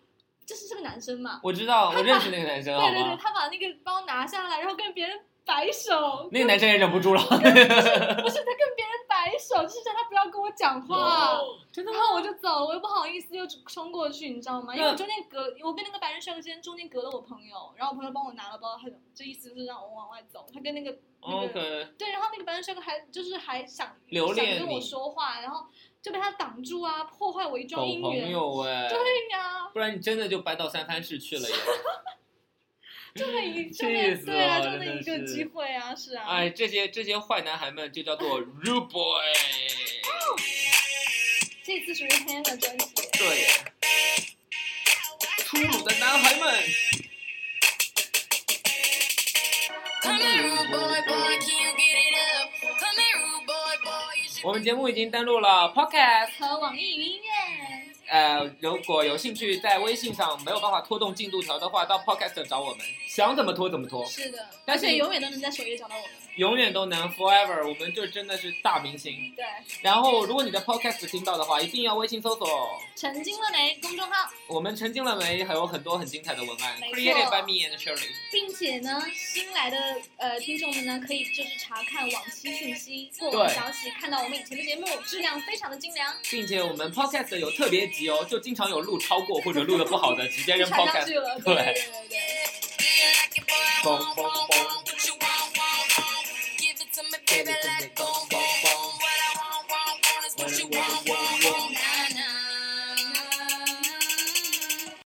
[SPEAKER 3] 就是这个男生嘛，
[SPEAKER 1] 我知道，我认识那个男生，好
[SPEAKER 3] 对对对，
[SPEAKER 1] 吗？
[SPEAKER 3] 他把那个包拿下来，然后跟别人摆手，
[SPEAKER 1] 那个男生也忍不住了，
[SPEAKER 3] 不是他跟别人摆手，就是叫他不要跟我讲话。
[SPEAKER 1] 哦真的
[SPEAKER 3] 然
[SPEAKER 1] 吗？
[SPEAKER 3] 后我就走，我又不好意思，又冲过去，你知道吗？因为
[SPEAKER 1] 那
[SPEAKER 3] 我中间隔，我跟那个白人帅哥之间中间隔了我朋友，然后我朋友帮我拿了包，他就这意思就是让我往外走。他跟那个那个
[SPEAKER 1] OK，
[SPEAKER 3] 对，然后那个白人帅哥还就是还想
[SPEAKER 1] 留恋
[SPEAKER 3] 想跟我
[SPEAKER 1] 你
[SPEAKER 3] 说话，然后就被他挡住啊，破坏我一
[SPEAKER 1] 狗
[SPEAKER 3] 桩姻
[SPEAKER 1] 朋
[SPEAKER 3] 缘。
[SPEAKER 1] 友哎，
[SPEAKER 3] 对呀、
[SPEAKER 1] 不然你真的就搬到三藩市去了耶！
[SPEAKER 3] 就 那一就
[SPEAKER 1] 气
[SPEAKER 3] 那
[SPEAKER 1] 死
[SPEAKER 3] 对啊，
[SPEAKER 1] 我
[SPEAKER 3] 就
[SPEAKER 1] 真
[SPEAKER 3] 那
[SPEAKER 1] 的
[SPEAKER 3] 一个
[SPEAKER 1] 是
[SPEAKER 3] 机会啊，是啊。
[SPEAKER 1] 哎，这些这些坏男孩们就叫做 rude boy，
[SPEAKER 3] 这次属于 Hannah 的专辑。
[SPEAKER 1] 对，粗鲁的男孩们。
[SPEAKER 2] Come here, rude boy, boy, can you get it up? Come here, rude boy, boy, you should
[SPEAKER 1] 我们节目已经登录了 Podcast、
[SPEAKER 3] 和网易云音乐。
[SPEAKER 1] 呃，如果有兴趣在微信上没有办法拖动进度条的话，到 Podcast 找我们，想怎么拖怎么拖，
[SPEAKER 3] 是的，
[SPEAKER 1] 但
[SPEAKER 3] 而
[SPEAKER 1] 是
[SPEAKER 3] 且永远都能在首页找到我们。
[SPEAKER 1] 永远都能 forever，我们就真的是大明星。
[SPEAKER 3] 对，
[SPEAKER 1] 然后，如果你在 Podcast 听到的话，一定要微信搜索
[SPEAKER 3] 曾经了没公众号，
[SPEAKER 1] 我们陈经了没，还有很多很精彩的文案
[SPEAKER 3] 没错
[SPEAKER 1] ，created by me and Shirley。
[SPEAKER 3] 并且呢，新来的呃听众们呢，可以就是查看往期信息、过
[SPEAKER 1] 对
[SPEAKER 3] 往消息，看到我们以前的节目质量非常的精良，
[SPEAKER 1] 并且我们 podcast 有特别集哦，就经常有录超过或者录的不好的，直接
[SPEAKER 3] 就
[SPEAKER 1] 扔
[SPEAKER 3] 传上
[SPEAKER 1] podcast。
[SPEAKER 3] 去了。
[SPEAKER 1] 对
[SPEAKER 3] 对对对对。
[SPEAKER 1] Boom, boom, boom.
[SPEAKER 2] Give it to me, baby, like boom, boom, boom. What I want, want, want is what you want.